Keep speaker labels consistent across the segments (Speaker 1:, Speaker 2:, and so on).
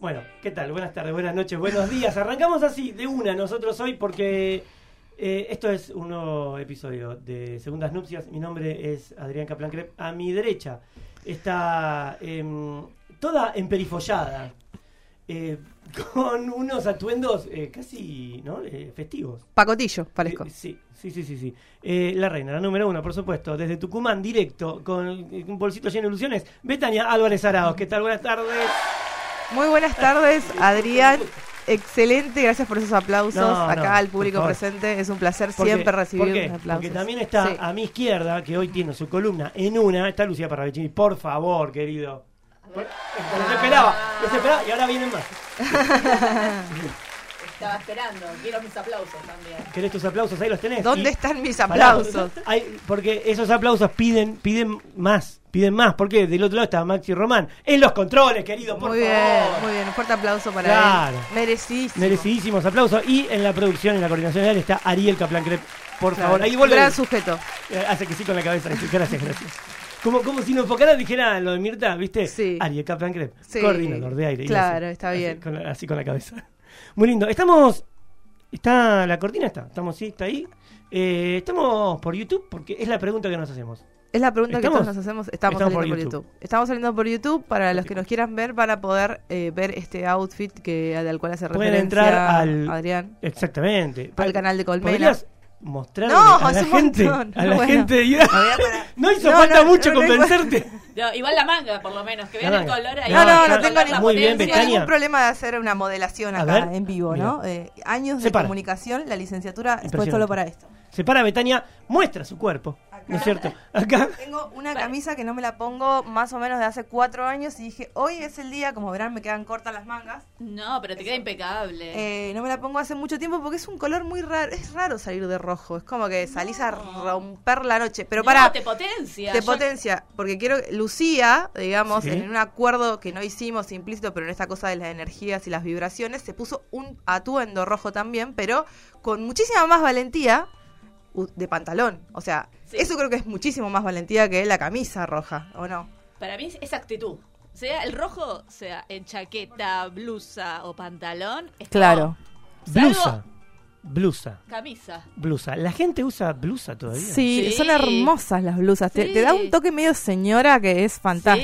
Speaker 1: Bueno, ¿qué tal? Buenas tardes, buenas noches, buenos días. Arrancamos así, de una, nosotros hoy, porque eh, esto es un nuevo episodio de Segundas Nupcias. Mi nombre es Adrián Caplan Crep. A mi derecha está em, toda emperifollada, eh, con unos atuendos eh, casi ¿no? Eh, festivos.
Speaker 2: Pacotillo, parezco.
Speaker 1: Eh, sí, sí, sí, sí. sí. Eh, la reina, la número uno, por supuesto. Desde Tucumán, directo, con eh, un bolsito lleno de ilusiones. Betania Álvarez Araos, ¿qué tal? Buenas tardes.
Speaker 2: Muy buenas tardes, Adrián. Excelente, gracias por esos aplausos
Speaker 1: No, no,
Speaker 2: acá al
Speaker 1: por
Speaker 2: público
Speaker 1: favor.
Speaker 2: presente. Es un placer
Speaker 1: Porque-
Speaker 2: siempre
Speaker 1: ¿por
Speaker 2: recibir
Speaker 1: qué?
Speaker 2: aplausos.
Speaker 1: Porque también está
Speaker 2: Sí.
Speaker 1: a mi izquierda, que hoy tiene su columna en una, está Lucía Parravicini. Por favor, querido. Por- Les esperaba, les esperaba y ahora vienen más.
Speaker 3: Estaba esperando, quiero mis aplausos también.
Speaker 1: ¿Querés tus aplausos? Ahí los tenés.
Speaker 2: ¿Dónde
Speaker 1: Y-
Speaker 2: están mis
Speaker 1: Pará,
Speaker 2: aplausos?
Speaker 1: hay- porque esos aplausos piden, piden más, piden más. Porque del otro lado está Maxi Román. En los controles, querido, por
Speaker 2: Muy
Speaker 1: favor.
Speaker 2: bien, muy bien. Un fuerte aplauso para
Speaker 1: Claro.
Speaker 2: él. Merecidísimo.
Speaker 1: Merecidísimos aplausos. Y en la producción, en la coordinación general, está Ariel Caplan Crep. Por
Speaker 2: Claro.
Speaker 1: favor, ahí vuelve.
Speaker 2: Gran sujeto.
Speaker 1: Eh, Hace que sí con la cabeza. dice, Gracias, gracias. Como, como si nos enfocara, dijera lo de Mirta, ¿viste?
Speaker 2: Sí.
Speaker 1: Ariel Caplan Crep,
Speaker 2: Sí.
Speaker 1: coordinador de aire. y
Speaker 2: Claro,
Speaker 1: así,
Speaker 2: está
Speaker 1: así
Speaker 2: bien.
Speaker 1: con la- así con la cabeza. Muy lindo. Estamos. Está la cortina, está. Estamos, sí, está ahí. Eh, estamos por YouTube porque es la pregunta que nos hacemos.
Speaker 2: Es la pregunta
Speaker 1: ¿Estamos?
Speaker 2: que todos nos hacemos. Estamos,
Speaker 1: Estamos por
Speaker 2: saliendo por YouTube.
Speaker 1: YouTube.
Speaker 2: Estamos saliendo por YouTube. Para los que nos quieran ver, van a poder eh, ver este outfit que al cual hace
Speaker 1: Pueden
Speaker 2: referencia
Speaker 1: entrar al-
Speaker 2: Adrián.
Speaker 1: Exactamente.
Speaker 2: Al canal de Colmena.
Speaker 1: ¿Podrías mostrarle
Speaker 2: No,
Speaker 1: a la
Speaker 2: hace un
Speaker 1: gente?
Speaker 2: montón.
Speaker 1: A la
Speaker 2: Bueno.
Speaker 1: gente. y-
Speaker 2: A ver, para-
Speaker 1: No hizo
Speaker 2: No,
Speaker 1: falta
Speaker 2: no,
Speaker 1: mucho
Speaker 2: no, no hay-
Speaker 1: convencerte.
Speaker 3: No, igual la manga, por lo menos, que vean
Speaker 1: La
Speaker 3: el
Speaker 1: manga.
Speaker 3: color ahí.
Speaker 2: No, no,
Speaker 1: claro.
Speaker 2: no tengo
Speaker 3: La
Speaker 2: ningún,
Speaker 1: Muy bien,
Speaker 2: no tengo
Speaker 3: potencia.
Speaker 1: Betania.
Speaker 2: ningún problema de hacer una modelación
Speaker 1: A
Speaker 2: acá
Speaker 1: ver,
Speaker 2: en vivo, ¿no? Eh, años de
Speaker 1: Separa.
Speaker 2: comunicación, la licenciatura fue
Speaker 1: Impresionante.
Speaker 2: solo para esto.
Speaker 1: Se para Betania, muestra su cuerpo. ¿No es cierto? Acá.
Speaker 2: Tengo una camisa que no me la pongo más o menos de hace cuatro años y dije, hoy es el día, como verán me quedan cortas las mangas.
Speaker 3: No, pero te queda impecable.
Speaker 2: Eh, no me la pongo hace mucho tiempo porque es un color muy raro, es raro salir de rojo, es como que salís a romper la noche, pero
Speaker 3: No,
Speaker 2: para...
Speaker 3: te potencia.
Speaker 2: Te
Speaker 3: Yo-
Speaker 2: potencia, porque quiero. Lucía, digamos,
Speaker 1: Sí.
Speaker 2: en un acuerdo que no hicimos implícito, pero en esta cosa de las energías y las vibraciones, se puso un atuendo rojo también, pero con muchísima más valentía u- de pantalón. O sea,
Speaker 3: Sí.
Speaker 2: eso creo que es muchísimo más valentía que la camisa roja, ¿o no?
Speaker 3: Para mí es- es actitud. Sea el rojo, sea en chaqueta, blusa o pantalón. es todo. Salvo-
Speaker 1: Blusa. Blusa.
Speaker 3: Camisa.
Speaker 1: Blusa. ¿La gente usa blusa todavía?
Speaker 3: Sí. son hermosas
Speaker 2: las blusas.
Speaker 3: Te- te da un Sí. toque
Speaker 2: medio señora que es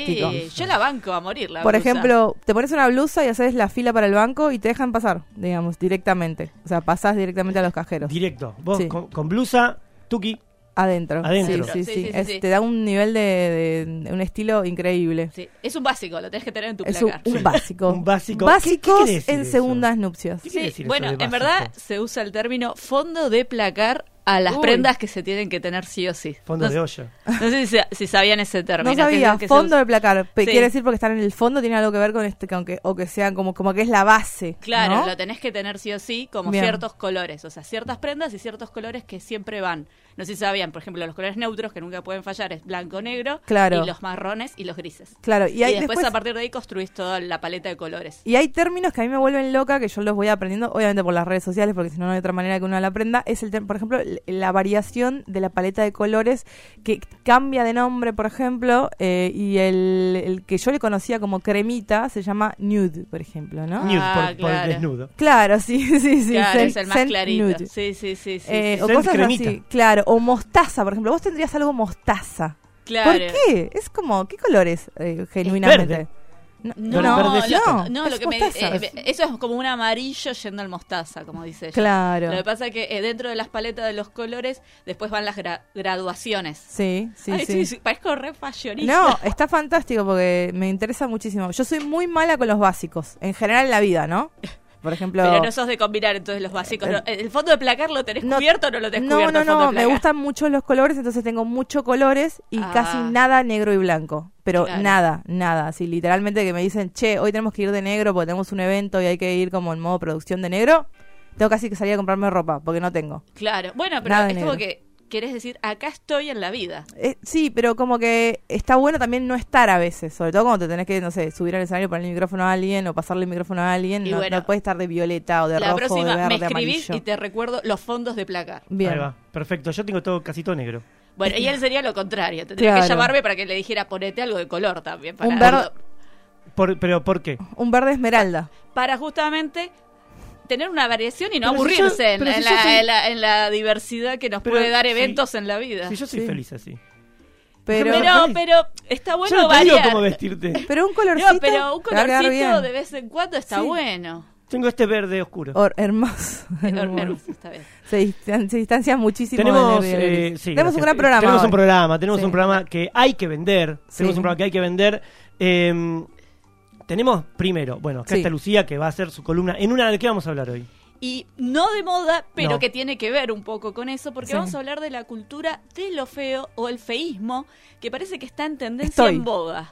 Speaker 3: Sí, yo la banco a morir, la
Speaker 2: Por
Speaker 3: blusa.
Speaker 2: ejemplo, te pones una blusa y haces la fila para el banco y te dejan pasar, digamos, directamente. O sea, pasás directamente a los cajeros.
Speaker 1: Directo. Vos
Speaker 2: Sí.
Speaker 1: con, con blusa, tuki.
Speaker 2: Adentro.
Speaker 1: Adentro.
Speaker 2: Sí, sí, sí.
Speaker 3: Sí, sí, sí,
Speaker 2: Es-
Speaker 3: sí.
Speaker 2: Te da un nivel de, de- de un estilo increíble.
Speaker 3: Sí, es un básico, lo tenés que tener en tu
Speaker 2: Es un,
Speaker 3: placar.
Speaker 2: un básico.
Speaker 1: Un básico. ¿Qué- qué
Speaker 2: Básicos
Speaker 1: quiere decir
Speaker 2: en
Speaker 1: eso?
Speaker 2: segundas nupcias.
Speaker 1: ¿Qué
Speaker 3: Sí,
Speaker 1: quiere decir eso
Speaker 3: bueno,
Speaker 1: de
Speaker 3: en
Speaker 1: básico?
Speaker 3: verdad se usa el término fondo de placar a las
Speaker 2: Uy.
Speaker 3: prendas que se tienen que tener sí o sí.
Speaker 1: Fondo
Speaker 3: no,
Speaker 1: de olla.
Speaker 3: no sé si, si sabían ese término.
Speaker 2: No
Speaker 3: que-
Speaker 2: sabía,
Speaker 3: que se
Speaker 2: fondo
Speaker 3: usa.
Speaker 2: de placar. Pe-
Speaker 3: Sí.
Speaker 2: Quiere decir porque están en el fondo, tiene algo que ver con este, con que, o que sean como, como que es la base.
Speaker 3: Claro,
Speaker 2: ¿no?
Speaker 3: lo tenés que tener sí o sí, como
Speaker 2: Bien.
Speaker 3: ciertos colores, o sea, ciertas prendas y ciertos colores que siempre van. No sé si sabían, por ejemplo, los colores neutros que nunca pueden fallar es blanco-negro,
Speaker 2: Claro.
Speaker 3: y los marrones y los grises.
Speaker 2: Claro,
Speaker 3: Y,
Speaker 2: y, hay,
Speaker 3: después,
Speaker 2: después-
Speaker 3: a partir de ahí construís toda la paleta de colores.
Speaker 2: Y hay términos que a mí me vuelven loca, que yo los voy aprendiendo, obviamente por las redes sociales, porque si no, no hay otra manera que uno la aprenda. Es, el ter- por ejemplo, l- la variación de la paleta de colores que cambia de nombre, por ejemplo, eh, y el, el que yo le conocía como cremita se llama nude, por ejemplo, ¿no?
Speaker 1: Nude,
Speaker 3: Ah,
Speaker 1: por, por el
Speaker 3: claro.
Speaker 1: desnudo.
Speaker 2: Claro, sí, sí, sí.
Speaker 3: claro,
Speaker 2: cen-
Speaker 3: es el más
Speaker 2: cen
Speaker 3: clarito.
Speaker 2: nude.
Speaker 3: Sí, sí, sí, sí.
Speaker 2: Eh,
Speaker 3: sí.
Speaker 2: o
Speaker 1: Cen
Speaker 2: cosas así,
Speaker 1: cremita.
Speaker 2: claro. O mostaza, por ejemplo. Vos tendrías algo mostaza.
Speaker 3: claro.
Speaker 2: ¿Por qué? Es como, ¿qué colores eh, genuinamente?
Speaker 1: verde.
Speaker 3: No,
Speaker 1: Pero el verde
Speaker 3: lo,
Speaker 2: no,
Speaker 3: no, lo
Speaker 2: es
Speaker 3: que me,
Speaker 2: mostaza.
Speaker 3: eh, eso es como un amarillo yendo al mostaza, como dice ella.
Speaker 2: Claro.
Speaker 3: Lo que pasa es que eh, dentro de las paletas de los colores después van las gra- graduaciones.
Speaker 2: Sí, sí,
Speaker 3: Ay,
Speaker 2: sí.
Speaker 3: parezco re fashionista.
Speaker 2: No, está fantástico porque me interesa muchísimo. Yo soy muy mala con los básicos, en general en la vida, ¿no? Por ejemplo...
Speaker 3: Pero no sos de combinar entonces los básicos. ¿no? ¿El fondo de placar lo tenés
Speaker 2: Eh, no-
Speaker 3: cubierto o no lo tenés
Speaker 2: no,
Speaker 3: cubierto?
Speaker 2: no,
Speaker 3: el fondo
Speaker 2: no,
Speaker 3: de
Speaker 2: me
Speaker 3: placar?
Speaker 2: gustan mucho los colores, entonces tengo muchos colores y
Speaker 3: Ah.
Speaker 2: casi nada negro y blanco, pero
Speaker 3: Claro.
Speaker 2: nada, nada, así literalmente que me dicen, che, hoy tenemos que ir de negro porque tenemos un evento y hay que ir como en modo producción de negro, tengo casi que salir a comprarme ropa porque no tengo.
Speaker 3: Claro. Bueno, pero
Speaker 2: Nada de
Speaker 3: es como
Speaker 2: negro.
Speaker 3: que querés decir, acá estoy en la vida.
Speaker 2: Eh, sí, pero como que está bueno también no estar a veces, sobre todo cuando te tenés que, no sé, subir al escenario, ponerle el micrófono a alguien o pasarle el micrófono a alguien,
Speaker 3: Y
Speaker 2: no,
Speaker 3: bueno,
Speaker 2: no puedes estar de violeta o de
Speaker 3: la
Speaker 2: rojo, de
Speaker 3: próxima
Speaker 2: verde,
Speaker 3: me escribís
Speaker 2: amarillo.
Speaker 3: y te recuerdo los fondos de placar.
Speaker 2: Bien.
Speaker 1: Ahí va. Perfecto. Yo tengo todo, casi todo negro.
Speaker 3: Bueno, y él sería lo contrario. Tendría que
Speaker 2: Claro.
Speaker 3: llamarme para que le dijera ponete algo de color también. Para
Speaker 2: Un verde,
Speaker 1: Por- ¿Pero por qué?
Speaker 2: Un verde esmeralda.
Speaker 3: Para justamente tener una variación y no
Speaker 1: Pero si
Speaker 3: aburrirse
Speaker 1: yo-
Speaker 3: en,
Speaker 1: pero
Speaker 3: en
Speaker 1: si
Speaker 3: la,
Speaker 1: yo soy-
Speaker 3: en la- en la diversidad que nos
Speaker 1: Pero
Speaker 3: puede dar
Speaker 1: si-
Speaker 3: eventos en la vida.
Speaker 1: Si yo soy
Speaker 2: Sí.
Speaker 1: feliz así.
Speaker 2: Pero,
Speaker 1: Yo me-
Speaker 3: Pero, pero está bueno
Speaker 1: yo no te digo
Speaker 3: variar.
Speaker 1: cómo vestirte.
Speaker 2: pero un colorcito.
Speaker 3: No, pero un
Speaker 2: te va a quedar
Speaker 3: colorcito
Speaker 2: bien.
Speaker 3: de vez en cuando
Speaker 2: Sí.
Speaker 3: está bueno.
Speaker 1: Tengo este verde oscuro.
Speaker 2: Or- hermoso. hermoso.
Speaker 3: Hermoso, está bien.
Speaker 2: Se, distan- se distancia muchísimo
Speaker 1: Tenemos,
Speaker 2: de Nervi Gris.
Speaker 1: eh, sí,
Speaker 2: Tenemos un
Speaker 1: gracias.
Speaker 2: gran programa.
Speaker 1: Tenemos un
Speaker 2: hoy.
Speaker 1: programa, tenemos
Speaker 2: Sí.
Speaker 1: un programa que hay que vender.
Speaker 2: Sí.
Speaker 1: Tenemos un programa que hay que vender. Eh, tenemos primero, bueno, acá
Speaker 2: Sí.
Speaker 1: está Lucía que va a hacer su columna. En una de qué vamos a hablar hoy.
Speaker 3: Y no de moda, pero
Speaker 1: No.
Speaker 3: que tiene que ver un poco con eso, porque
Speaker 2: Sí.
Speaker 3: vamos a hablar de la cultura de lo feo o el feísmo, que parece que está en tendencia
Speaker 2: Estoy.
Speaker 3: en boga.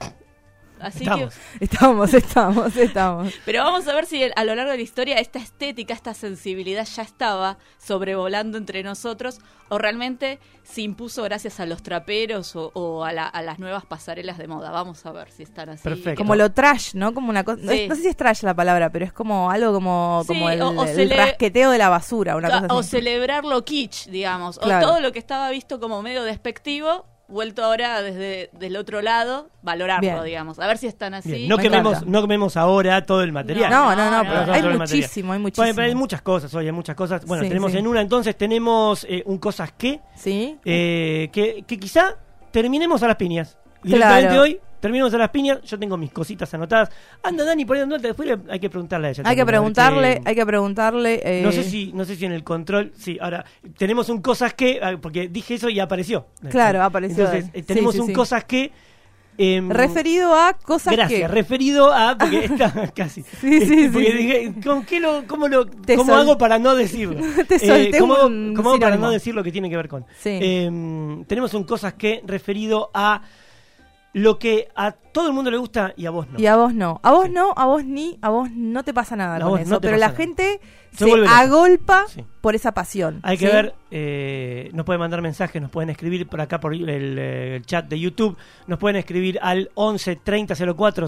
Speaker 3: Así
Speaker 1: Estamos.
Speaker 3: que,
Speaker 2: Estamos, estamos, estamos.
Speaker 3: pero vamos a ver si a lo largo de la historia esta estética, esta sensibilidad ya estaba sobrevolando entre nosotros o realmente se impuso gracias a los traperos o, o a, la- a las nuevas pasarelas de moda. Vamos a ver si están así.
Speaker 1: Perfecto.
Speaker 2: Como lo trash, ¿no? Como una cosa. No,
Speaker 3: Sí.
Speaker 2: es- no sé si es trash la palabra, pero es como algo como, como
Speaker 3: Sí,
Speaker 2: el,
Speaker 3: o- o se
Speaker 2: el
Speaker 3: le-
Speaker 2: rasqueteo de la basura, una cosa
Speaker 3: Ah, o
Speaker 2: así.
Speaker 3: celebrar lo kitsch, digamos,
Speaker 2: Claro.
Speaker 3: o todo lo que estaba visto como medio despectivo, vuelto ahora desde del otro lado, valorarlo,
Speaker 2: Bien.
Speaker 3: digamos, a ver si están así.
Speaker 1: Bien, no,
Speaker 2: me
Speaker 1: quememos,
Speaker 2: encanta.
Speaker 1: no quememos ahora todo el material.
Speaker 2: No, no, no,
Speaker 3: No,
Speaker 2: pero
Speaker 3: no,
Speaker 2: hay
Speaker 1: no, no,
Speaker 2: muchísimo, hay muchísimo.
Speaker 1: Bueno, pero hay muchas cosas hoy, hay muchas cosas. Bueno,
Speaker 2: Sí,
Speaker 1: tenemos
Speaker 2: sí.
Speaker 1: en una entonces, tenemos eh, un cosas que,
Speaker 2: ¿Sí?
Speaker 1: eh, que, que quizá terminemos a las piñas. Directamente
Speaker 2: Claro.
Speaker 1: hoy, terminemos a las piñas. Yo tengo mis cositas anotadas. Anda, Dani, por ahí anota, después le- hay que preguntarle a ella.
Speaker 2: Hay que
Speaker 1: también, a ver
Speaker 2: preguntarle,
Speaker 1: qué-
Speaker 2: hay que preguntarle. eh,
Speaker 1: No sé si, no sé si en el control, sí, ahora tenemos un cosas que, ah, porque dije eso y apareció.
Speaker 2: Claro, apareció.
Speaker 1: Entonces, eh,
Speaker 2: Sí,
Speaker 1: tenemos
Speaker 2: sí,
Speaker 1: un
Speaker 2: sí.
Speaker 1: cosas que em,
Speaker 2: Referido a cosas
Speaker 1: Gracias,
Speaker 2: que.
Speaker 1: referido a. Porque está casi.
Speaker 2: Ah.
Speaker 1: Este,
Speaker 2: Sí, sí,
Speaker 1: Porque
Speaker 2: sí.
Speaker 1: dije, ¿con qué lo, ¿cómo, lo,
Speaker 2: Te
Speaker 1: cómo
Speaker 2: sol-
Speaker 1: hago para no decirlo? Eh,
Speaker 2: Te solté
Speaker 1: ¿Cómo, hago-
Speaker 2: un
Speaker 1: cómo hago para
Speaker 2: sinónimo.
Speaker 1: no decir lo que tiene que ver con?
Speaker 2: Sí.
Speaker 1: Em, tenemos un cosas que referido a lo que a todo el mundo le gusta y a vos no.
Speaker 2: Y a vos no. A vos
Speaker 1: Sí.
Speaker 2: no, a vos ni, a vos no te pasa nada
Speaker 1: A
Speaker 2: con
Speaker 1: vos
Speaker 2: eso.
Speaker 1: no te
Speaker 2: pero
Speaker 1: pasa
Speaker 2: la
Speaker 1: nada.
Speaker 2: gente
Speaker 1: Se
Speaker 2: se,
Speaker 1: vuelve loca.
Speaker 2: agolpa
Speaker 1: Sí.
Speaker 2: por esa pasión.
Speaker 1: Hay que
Speaker 2: ¿sí?
Speaker 1: ver, eh, nos pueden mandar mensajes, nos pueden escribir por acá por el, eh, el chat de YouTube, nos pueden escribir al 11 30 04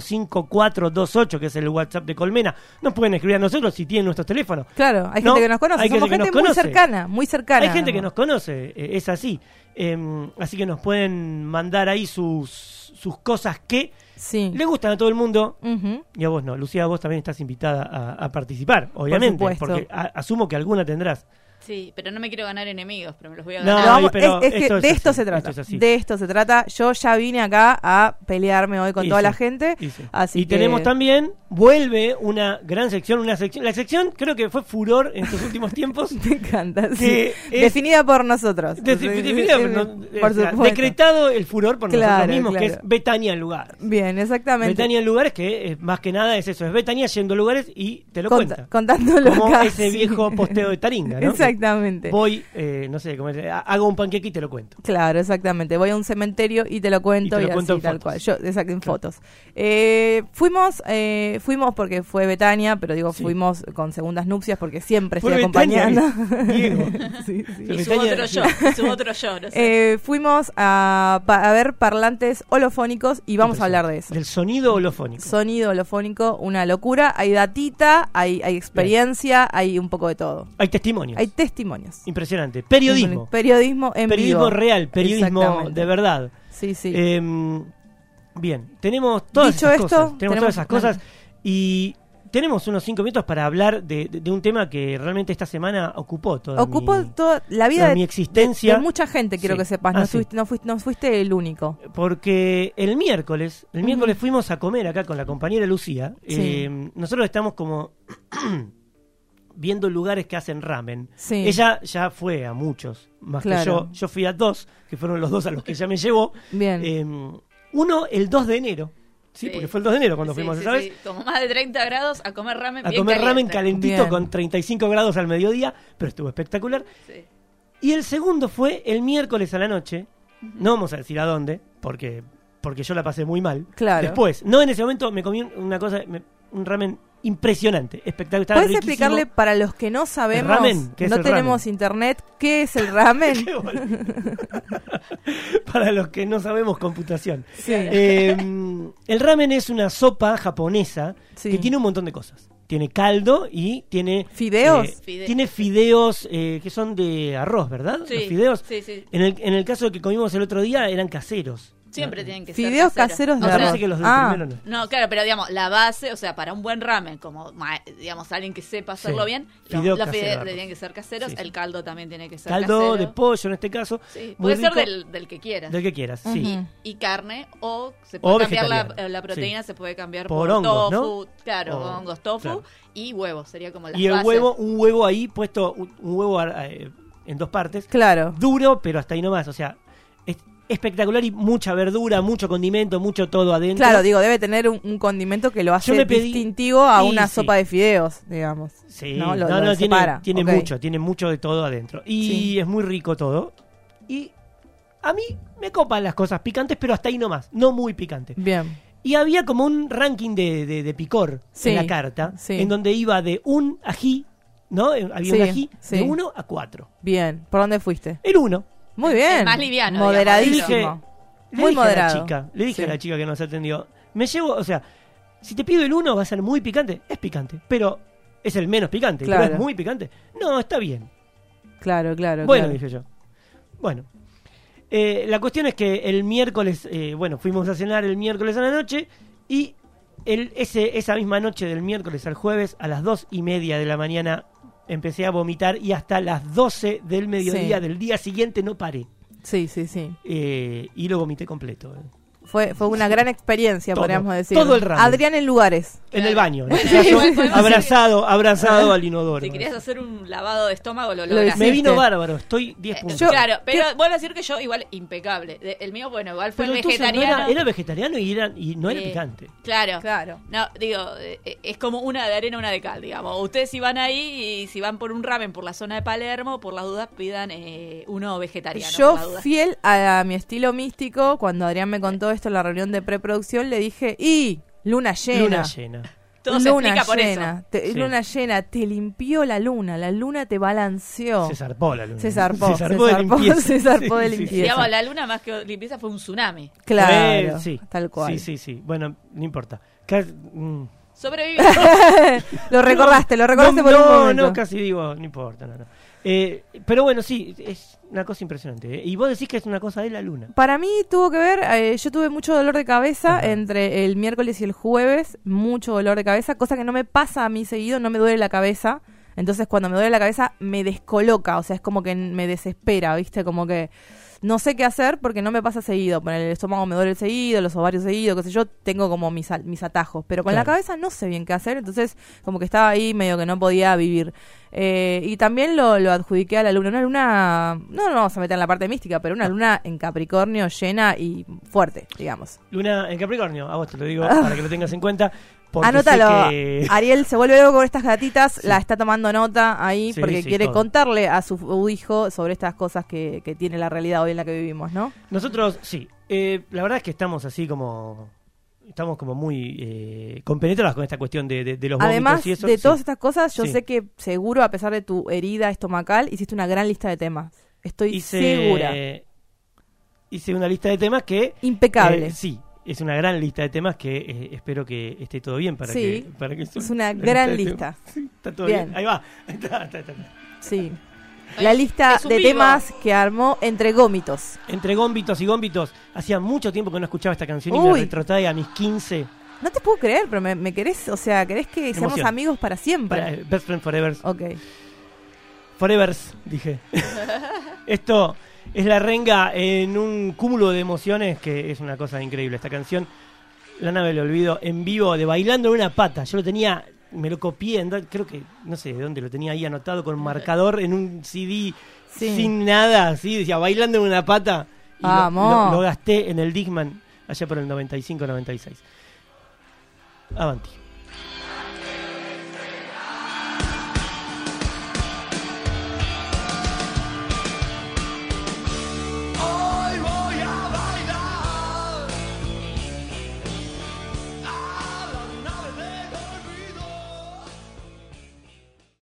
Speaker 1: 5428, que es el WhatsApp de Colmena, nos pueden escribir a nosotros si tienen nuestros teléfonos.
Speaker 2: Claro, hay
Speaker 1: No,
Speaker 2: gente que nos conoce.
Speaker 1: hay
Speaker 2: Somos
Speaker 1: gente que
Speaker 2: gente
Speaker 1: nos
Speaker 2: muy
Speaker 1: conoce.
Speaker 2: cercana, muy cercana.
Speaker 1: Hay gente que nos conoce, eh, es así. Em, así que nos pueden mandar ahí sus, sus cosas que
Speaker 2: Sí.
Speaker 1: le gustan a todo el mundo.
Speaker 2: Ujú.
Speaker 1: Y a vos no, Lucía, vos también estás invitada a, a participar, obviamente,
Speaker 2: supuesto.
Speaker 1: porque a- asumo que alguna tendrás.
Speaker 3: Sí, pero no me quiero ganar enemigos, pero me los voy a
Speaker 1: No,
Speaker 2: Lo
Speaker 3: ganar.
Speaker 2: vamos-
Speaker 1: pero
Speaker 2: es- es que
Speaker 1: esto es
Speaker 2: de esto
Speaker 1: así,
Speaker 2: se
Speaker 1: esto
Speaker 2: trata.
Speaker 1: es así.
Speaker 2: de esto se trata. Yo ya vine acá a pelearme hoy con
Speaker 1: Y
Speaker 2: toda
Speaker 1: sí,
Speaker 2: la gente.
Speaker 1: Y, sí.
Speaker 2: Así
Speaker 1: Y tenemos
Speaker 2: que-
Speaker 1: también, vuelve una gran sección, una sección. La sección creo que fue furor en estos últimos tiempos.
Speaker 2: Me encanta. sí.
Speaker 1: Que es-
Speaker 2: Definida por nosotros.
Speaker 1: De-
Speaker 2: Sí,
Speaker 1: de-
Speaker 2: sí,
Speaker 1: de-
Speaker 2: sí,
Speaker 1: no,
Speaker 2: sí.
Speaker 1: eh,
Speaker 2: Por
Speaker 1: o sea,
Speaker 2: supuesto.
Speaker 1: decretado el furor por
Speaker 2: Claro,
Speaker 1: nosotros mismos, que es
Speaker 2: claro.
Speaker 1: Betania en lugar.
Speaker 2: Bien, exactamente.
Speaker 1: Betania en lugares, que eh, más que nada es eso, es Betania yendo a lugares y te lo
Speaker 2: Cont-
Speaker 1: cuenta.
Speaker 2: Contándolo
Speaker 1: Como
Speaker 2: acá,
Speaker 1: ese
Speaker 2: sí.
Speaker 1: viejo posteo de Taringa, ¿no?
Speaker 2: Exactamente.
Speaker 1: Voy, eh, no sé, como es, ah, hago un panqueque y te lo cuento.
Speaker 2: Claro, exactamente. Voy a un cementerio y te lo cuento
Speaker 1: Y te
Speaker 2: y,
Speaker 1: lo
Speaker 2: así,
Speaker 1: cuento en
Speaker 2: tal
Speaker 1: fotos.
Speaker 2: cual. Yo, exacto, en
Speaker 1: Claro.
Speaker 2: fotos. Eh, fuimos, eh, fuimos porque fue Betania, pero digo,
Speaker 1: Sí.
Speaker 2: fuimos con segundas nupcias porque siempre
Speaker 1: Fue
Speaker 2: estoy
Speaker 1: Betania,
Speaker 2: acompañando.
Speaker 1: Diego.
Speaker 2: Sí, sí.
Speaker 3: Y su
Speaker 1: Betania-
Speaker 3: otro yo, y su otro yo, no sé.
Speaker 2: Eh, fuimos a, pa- a ver parlantes holofónicos y vamos a hablar de eso.
Speaker 1: Del sonido holofónico.
Speaker 2: Sonido holofónico, una locura. Hay datita, hay, hay experiencia, hay un poco de todo.
Speaker 1: Hay testimonios.
Speaker 2: Hay testimonios.
Speaker 1: Impresionante. Periodismo.
Speaker 2: Periodismo en
Speaker 1: periodismo
Speaker 2: vivo.
Speaker 1: real, periodismo
Speaker 2: Exactamente.
Speaker 1: de verdad.
Speaker 2: Sí, sí.
Speaker 1: Em, bien, tenemos todas
Speaker 2: Dicho
Speaker 1: esas
Speaker 2: esto,
Speaker 1: cosas. Tenemos, todas esas
Speaker 2: tenemos-
Speaker 1: cosas y tenemos unos cinco minutos para hablar de, de- de un tema que realmente esta semana ocupó toda
Speaker 2: Ocupo
Speaker 1: mi,
Speaker 2: toda la vida
Speaker 1: toda
Speaker 2: de,
Speaker 1: mi existencia.
Speaker 2: de mucha gente, quiero
Speaker 1: Sí.
Speaker 2: que sepas.
Speaker 1: Ah,
Speaker 2: No,
Speaker 1: sí.
Speaker 2: fuiste, no, fuiste, no fuiste el único.
Speaker 1: Porque el miércoles, el
Speaker 2: Ujú.
Speaker 1: miércoles fuimos a comer acá con la compañera Lucía.
Speaker 2: Sí.
Speaker 1: Eh, nosotros estamos como viendo lugares que hacen ramen.
Speaker 2: Sí.
Speaker 1: Ella ya fue a muchos, más que
Speaker 2: Claro.
Speaker 1: yo. Yo fui a dos, que fueron los dos a los que ella me llevó.
Speaker 2: Bien.
Speaker 1: Eh, uno el 2 de enero. Sí,
Speaker 3: Sí.
Speaker 1: porque fue el 2 de enero cuando
Speaker 3: Sí,
Speaker 1: fuimos,
Speaker 3: sí,
Speaker 1: ¿sabes?
Speaker 3: sí, Como más de 30 grados a comer ramen
Speaker 1: A
Speaker 3: bien
Speaker 1: comer ramen
Speaker 3: caliente.
Speaker 1: calentito
Speaker 2: Bien.
Speaker 1: con 35 grados al mediodía, pero estuvo espectacular.
Speaker 3: Sí.
Speaker 1: Y el segundo fue el miércoles a la noche. No vamos a decir a dónde, porque, porque yo la pasé muy mal.
Speaker 2: Claro.
Speaker 1: Después, no en ese momento, me comí un- una cosa, me- un ramen impresionante, espectacular. estaba
Speaker 2: ¿Puedes
Speaker 1: riquísimo.
Speaker 2: explicarle para los que no sabemos,
Speaker 1: ramen? ¿Qué es
Speaker 2: no
Speaker 1: el
Speaker 2: tenemos
Speaker 1: ramen?
Speaker 2: internet, qué es el ramen?
Speaker 1: Qué boludo. Para los que no sabemos computación.
Speaker 2: sí.
Speaker 1: Eh, el ramen es una sopa japonesa
Speaker 2: Sí.
Speaker 1: que tiene un montón de cosas. Tiene caldo y tiene...
Speaker 2: ¿Fideos?
Speaker 1: eh,
Speaker 3: Fide-
Speaker 1: Tiene fideos eh, que son de arroz, ¿verdad?
Speaker 3: Sí,
Speaker 1: ¿Ah? Los fideos.
Speaker 3: sí, sí.
Speaker 1: En el, en el caso que comimos el otro día eran caseros.
Speaker 3: Siempre tienen que ser
Speaker 2: Fideos
Speaker 3: caseros.
Speaker 2: caseros de
Speaker 1: No,
Speaker 2: arroz.
Speaker 1: parece que los del
Speaker 2: Ah,
Speaker 1: primero no.
Speaker 3: No, claro, pero digamos, la base, o sea, para un buen ramen, como ma- digamos, alguien que sepa hacerlo
Speaker 1: Sí.
Speaker 3: bien, los-
Speaker 1: Fideos
Speaker 3: los fideos
Speaker 1: caseros.
Speaker 3: tienen que ser caseros,
Speaker 1: Sí, sí.
Speaker 3: el caldo también tiene que ser
Speaker 1: Caldo
Speaker 3: casero.
Speaker 1: de pollo en este caso.
Speaker 3: Sí,
Speaker 1: muy
Speaker 3: puede ser
Speaker 1: rico,
Speaker 3: del, del que quieras.
Speaker 1: del que quieras, sí.
Speaker 2: Ujú.
Speaker 3: Y carne, o se
Speaker 1: O
Speaker 3: puede cambiar la, eh,
Speaker 1: vegetariana.
Speaker 3: la proteína, se puede cambiar
Speaker 1: Por
Speaker 3: por,
Speaker 1: hongos, ¿no?
Speaker 3: tofu, claro,
Speaker 1: O-
Speaker 3: hongos, tofu
Speaker 1: claro.
Speaker 3: y huevos, sería como las
Speaker 1: Y el
Speaker 3: bases.
Speaker 1: huevo, un huevo ahí puesto, un, un huevo eh, en dos partes.
Speaker 2: Claro.
Speaker 1: Duro, pero hasta ahí nomás. O sea, es espectacular y mucha verdura, mucho condimento, mucho todo adentro.
Speaker 2: Claro, digo, debe tener un, un condimento que lo hace
Speaker 1: me pedí-
Speaker 2: distintivo a
Speaker 1: Sí,
Speaker 2: una
Speaker 1: sí.
Speaker 2: sopa de fideos, digamos.
Speaker 1: Sí,
Speaker 2: No,
Speaker 1: no,
Speaker 2: lo-
Speaker 1: no, tiene,
Speaker 2: lo separa.
Speaker 1: tiene
Speaker 2: Ok.
Speaker 1: mucho, tiene mucho de todo adentro. Y
Speaker 2: Sí.
Speaker 1: es muy rico todo. Y a mí me copan las cosas picantes, pero hasta ahí nomás, no muy picante.
Speaker 2: Bien.
Speaker 1: Y había como un ranking de, de- de picor
Speaker 2: Sí,
Speaker 1: en la carta,
Speaker 2: sí.
Speaker 1: en donde iba de un ají, ¿no? Eh, Había un
Speaker 2: Sí,
Speaker 1: ají
Speaker 2: sí.
Speaker 1: de 1 a 4.
Speaker 2: Bien. ¿Por dónde fuiste?
Speaker 1: El 1.
Speaker 2: Muy bien.
Speaker 3: más liviano,
Speaker 2: Moderadísimo.
Speaker 1: digamos. Le
Speaker 2: Muy
Speaker 1: dije A
Speaker 2: moderado.
Speaker 1: la chica, le dije
Speaker 2: Sí.
Speaker 1: a la chica que nos atendió, me llevo, o sea, si te pido el uno va a ser muy picante, es picante, pero es el menos picante, pero
Speaker 2: Claro.
Speaker 1: es muy picante. No, está bien.
Speaker 2: Claro, claro.
Speaker 1: bueno,
Speaker 2: claro.
Speaker 1: dije yo. Bueno. Eh, la cuestión es que el miércoles, eh, bueno, fuimos a cenar el miércoles a la noche y el, ese, esa misma noche del miércoles al jueves a las dos y media de la mañana empecé a vomitar y hasta las 12 del mediodía
Speaker 2: Sí.
Speaker 1: del día siguiente no paré.
Speaker 2: Sí, sí, sí.
Speaker 1: Eh, y lo vomité completo. eh.
Speaker 2: Fue, fue una gran experiencia,
Speaker 1: Todo,
Speaker 2: podríamos decir.
Speaker 1: todo el ramen.
Speaker 2: Adrián en lugares.
Speaker 1: En el
Speaker 3: Claro.
Speaker 1: baño, ¿no?
Speaker 3: Bueno,
Speaker 1: Yo
Speaker 3: podemos decir-
Speaker 1: abrazado, abrazado al inodoro.
Speaker 3: Ah, Si querías hacer un lavado de estómago, lo
Speaker 2: Lo
Speaker 3: logras.
Speaker 1: Me vino
Speaker 2: hiciste.
Speaker 1: bárbaro, estoy
Speaker 3: Eh,
Speaker 1: 10 puntos.
Speaker 2: yo-
Speaker 3: claro, pero
Speaker 2: ¿qué?
Speaker 3: vuelvo a decir que yo igual impecable. De- El mío, bueno, igual fue
Speaker 1: Pero
Speaker 3: el
Speaker 1: entonces no
Speaker 3: vegetariano.
Speaker 1: era, era vegetariano y, era, y no era
Speaker 3: Eh,
Speaker 1: picante.
Speaker 3: Claro.
Speaker 2: Claro.
Speaker 3: No, digo, eh, eh, es como una de arena, una de cal, digamos. Ustedes si van ahí y si van por un ramen por la zona de Palermo, por las dudas pidan eh, uno vegetariano. por las
Speaker 2: Yo,
Speaker 3: dudas.
Speaker 2: fiel a, mi estilo místico, cuando Adrián me contó esto en la reunión de preproducción, le dije, ¡y! Luna llena.
Speaker 1: Luna llena.
Speaker 3: Todo se
Speaker 2: Luna
Speaker 3: explica por eso.
Speaker 2: llena. Te-
Speaker 1: Sí.
Speaker 2: Luna llena. Te limpió la luna. La luna te balanceó.
Speaker 1: Se zarpó la luna.
Speaker 2: Se zarpó,
Speaker 1: Se zarpó
Speaker 2: se
Speaker 1: de
Speaker 2: zarpó,
Speaker 1: limpieza.
Speaker 2: se zarpó de
Speaker 1: Sí, sí, sí.
Speaker 2: limpieza.
Speaker 3: Digamos, la luna más que limpieza fue un tsunami.
Speaker 2: Claro.
Speaker 1: Eh, sí.
Speaker 2: Tal cual.
Speaker 1: Sí, sí, sí. Bueno, no importa. Ca- mm.
Speaker 3: Sobrevivimos.
Speaker 2: Lo recordaste, lo recordaste
Speaker 1: no,
Speaker 2: por un
Speaker 1: no,
Speaker 2: momento.
Speaker 1: no, casi digo, no importa. No, no. Eh, pero bueno, sí, es una cosa impresionante. ¿eh? Y vos decís que es una cosa de la luna.
Speaker 2: Para mí tuvo que ver, eh, yo tuve mucho dolor de cabeza
Speaker 1: Ajá.
Speaker 2: entre el miércoles y el jueves, mucho dolor de cabeza, cosa que no me pasa a mí seguido, no me duele la cabeza. Entonces cuando me duele la cabeza me descoloca, o sea, es como que me desespera, ¿viste? Como que no sé qué hacer porque no me pasa seguido. Por el estómago me duele seguido, los ovarios seguido, qué sé yo, tengo como mis, al- mis atajos. Pero con la
Speaker 1: Claro.
Speaker 2: cabeza no sé bien qué hacer, entonces como que estaba ahí medio que no podía vivir. Eh, y también lo, lo adjudiqué a la luna. Una luna, no nos vamos a meter en la parte mística, pero
Speaker 1: Ah.
Speaker 2: una luna en Capricornio llena y fuerte, digamos.
Speaker 1: Luna en Capricornio, a vos te lo digo para que lo tengas en cuenta. Porque sé
Speaker 2: Ah. Anótalo. Ah.
Speaker 1: que-
Speaker 2: Ariel se vuelve loco con estas gatitas, la está tomando nota ahí
Speaker 1: Sí,
Speaker 2: porque
Speaker 1: sí,
Speaker 2: quiere
Speaker 1: todo.
Speaker 2: contarle a su hijo sobre estas cosas que, que tiene la realidad hoy en la que vivimos, ¿no?
Speaker 1: Nosotros, sí. Eh, la verdad es que estamos así como. Estamos como muy eh, compenetrados con esta cuestión de, de- de los
Speaker 2: Además
Speaker 1: vómitos y eso.
Speaker 2: de
Speaker 1: sí.
Speaker 2: todas estas cosas, yo
Speaker 1: Sí.
Speaker 2: sé que seguro, a pesar de tu herida estomacal, hiciste una gran lista de temas. Estoy
Speaker 1: hice,
Speaker 2: segura.
Speaker 1: Hice una lista de temas que.
Speaker 2: Impecable.
Speaker 1: eh, sí, es una gran lista de temas que eh, espero que esté todo bien para
Speaker 2: Sí,
Speaker 1: que. Para que
Speaker 2: es una
Speaker 1: la
Speaker 2: gran
Speaker 1: de
Speaker 2: lista.
Speaker 1: temas. Sí, está todo
Speaker 2: Bien.
Speaker 1: bien. Ahí va. Está, está, está.
Speaker 2: Sí. La lista
Speaker 3: es un
Speaker 2: de
Speaker 3: vivo.
Speaker 2: temas que armó entre gómitos.
Speaker 1: Entre gómbitos y gómbitos, hacía mucho tiempo que no escuchaba esta canción y
Speaker 2: Uy.
Speaker 1: me retrotrae a mis 15.
Speaker 2: No te puedo creer, pero me, me querés, o sea, querés que seamos
Speaker 1: Emoción.
Speaker 2: amigos para siempre.
Speaker 1: para- eh, Best Friend Forever.
Speaker 2: Ok.
Speaker 1: Forevers, dije. Esto es la renga en un cúmulo de emociones que es una cosa increíble. Esta canción, La nave del olvido, en vivo, de bailando en una pata. Yo lo tenía, me lo copié, en realidad, creo que, no sé de dónde, lo tenía ahí anotado con marcador en un CD
Speaker 2: Sí.
Speaker 1: sin nada, así, decía, bailando en una pata. Y lo-
Speaker 2: Vamos.
Speaker 1: Lo, lo gasté en el Digman allá por el 95-96. Avanti.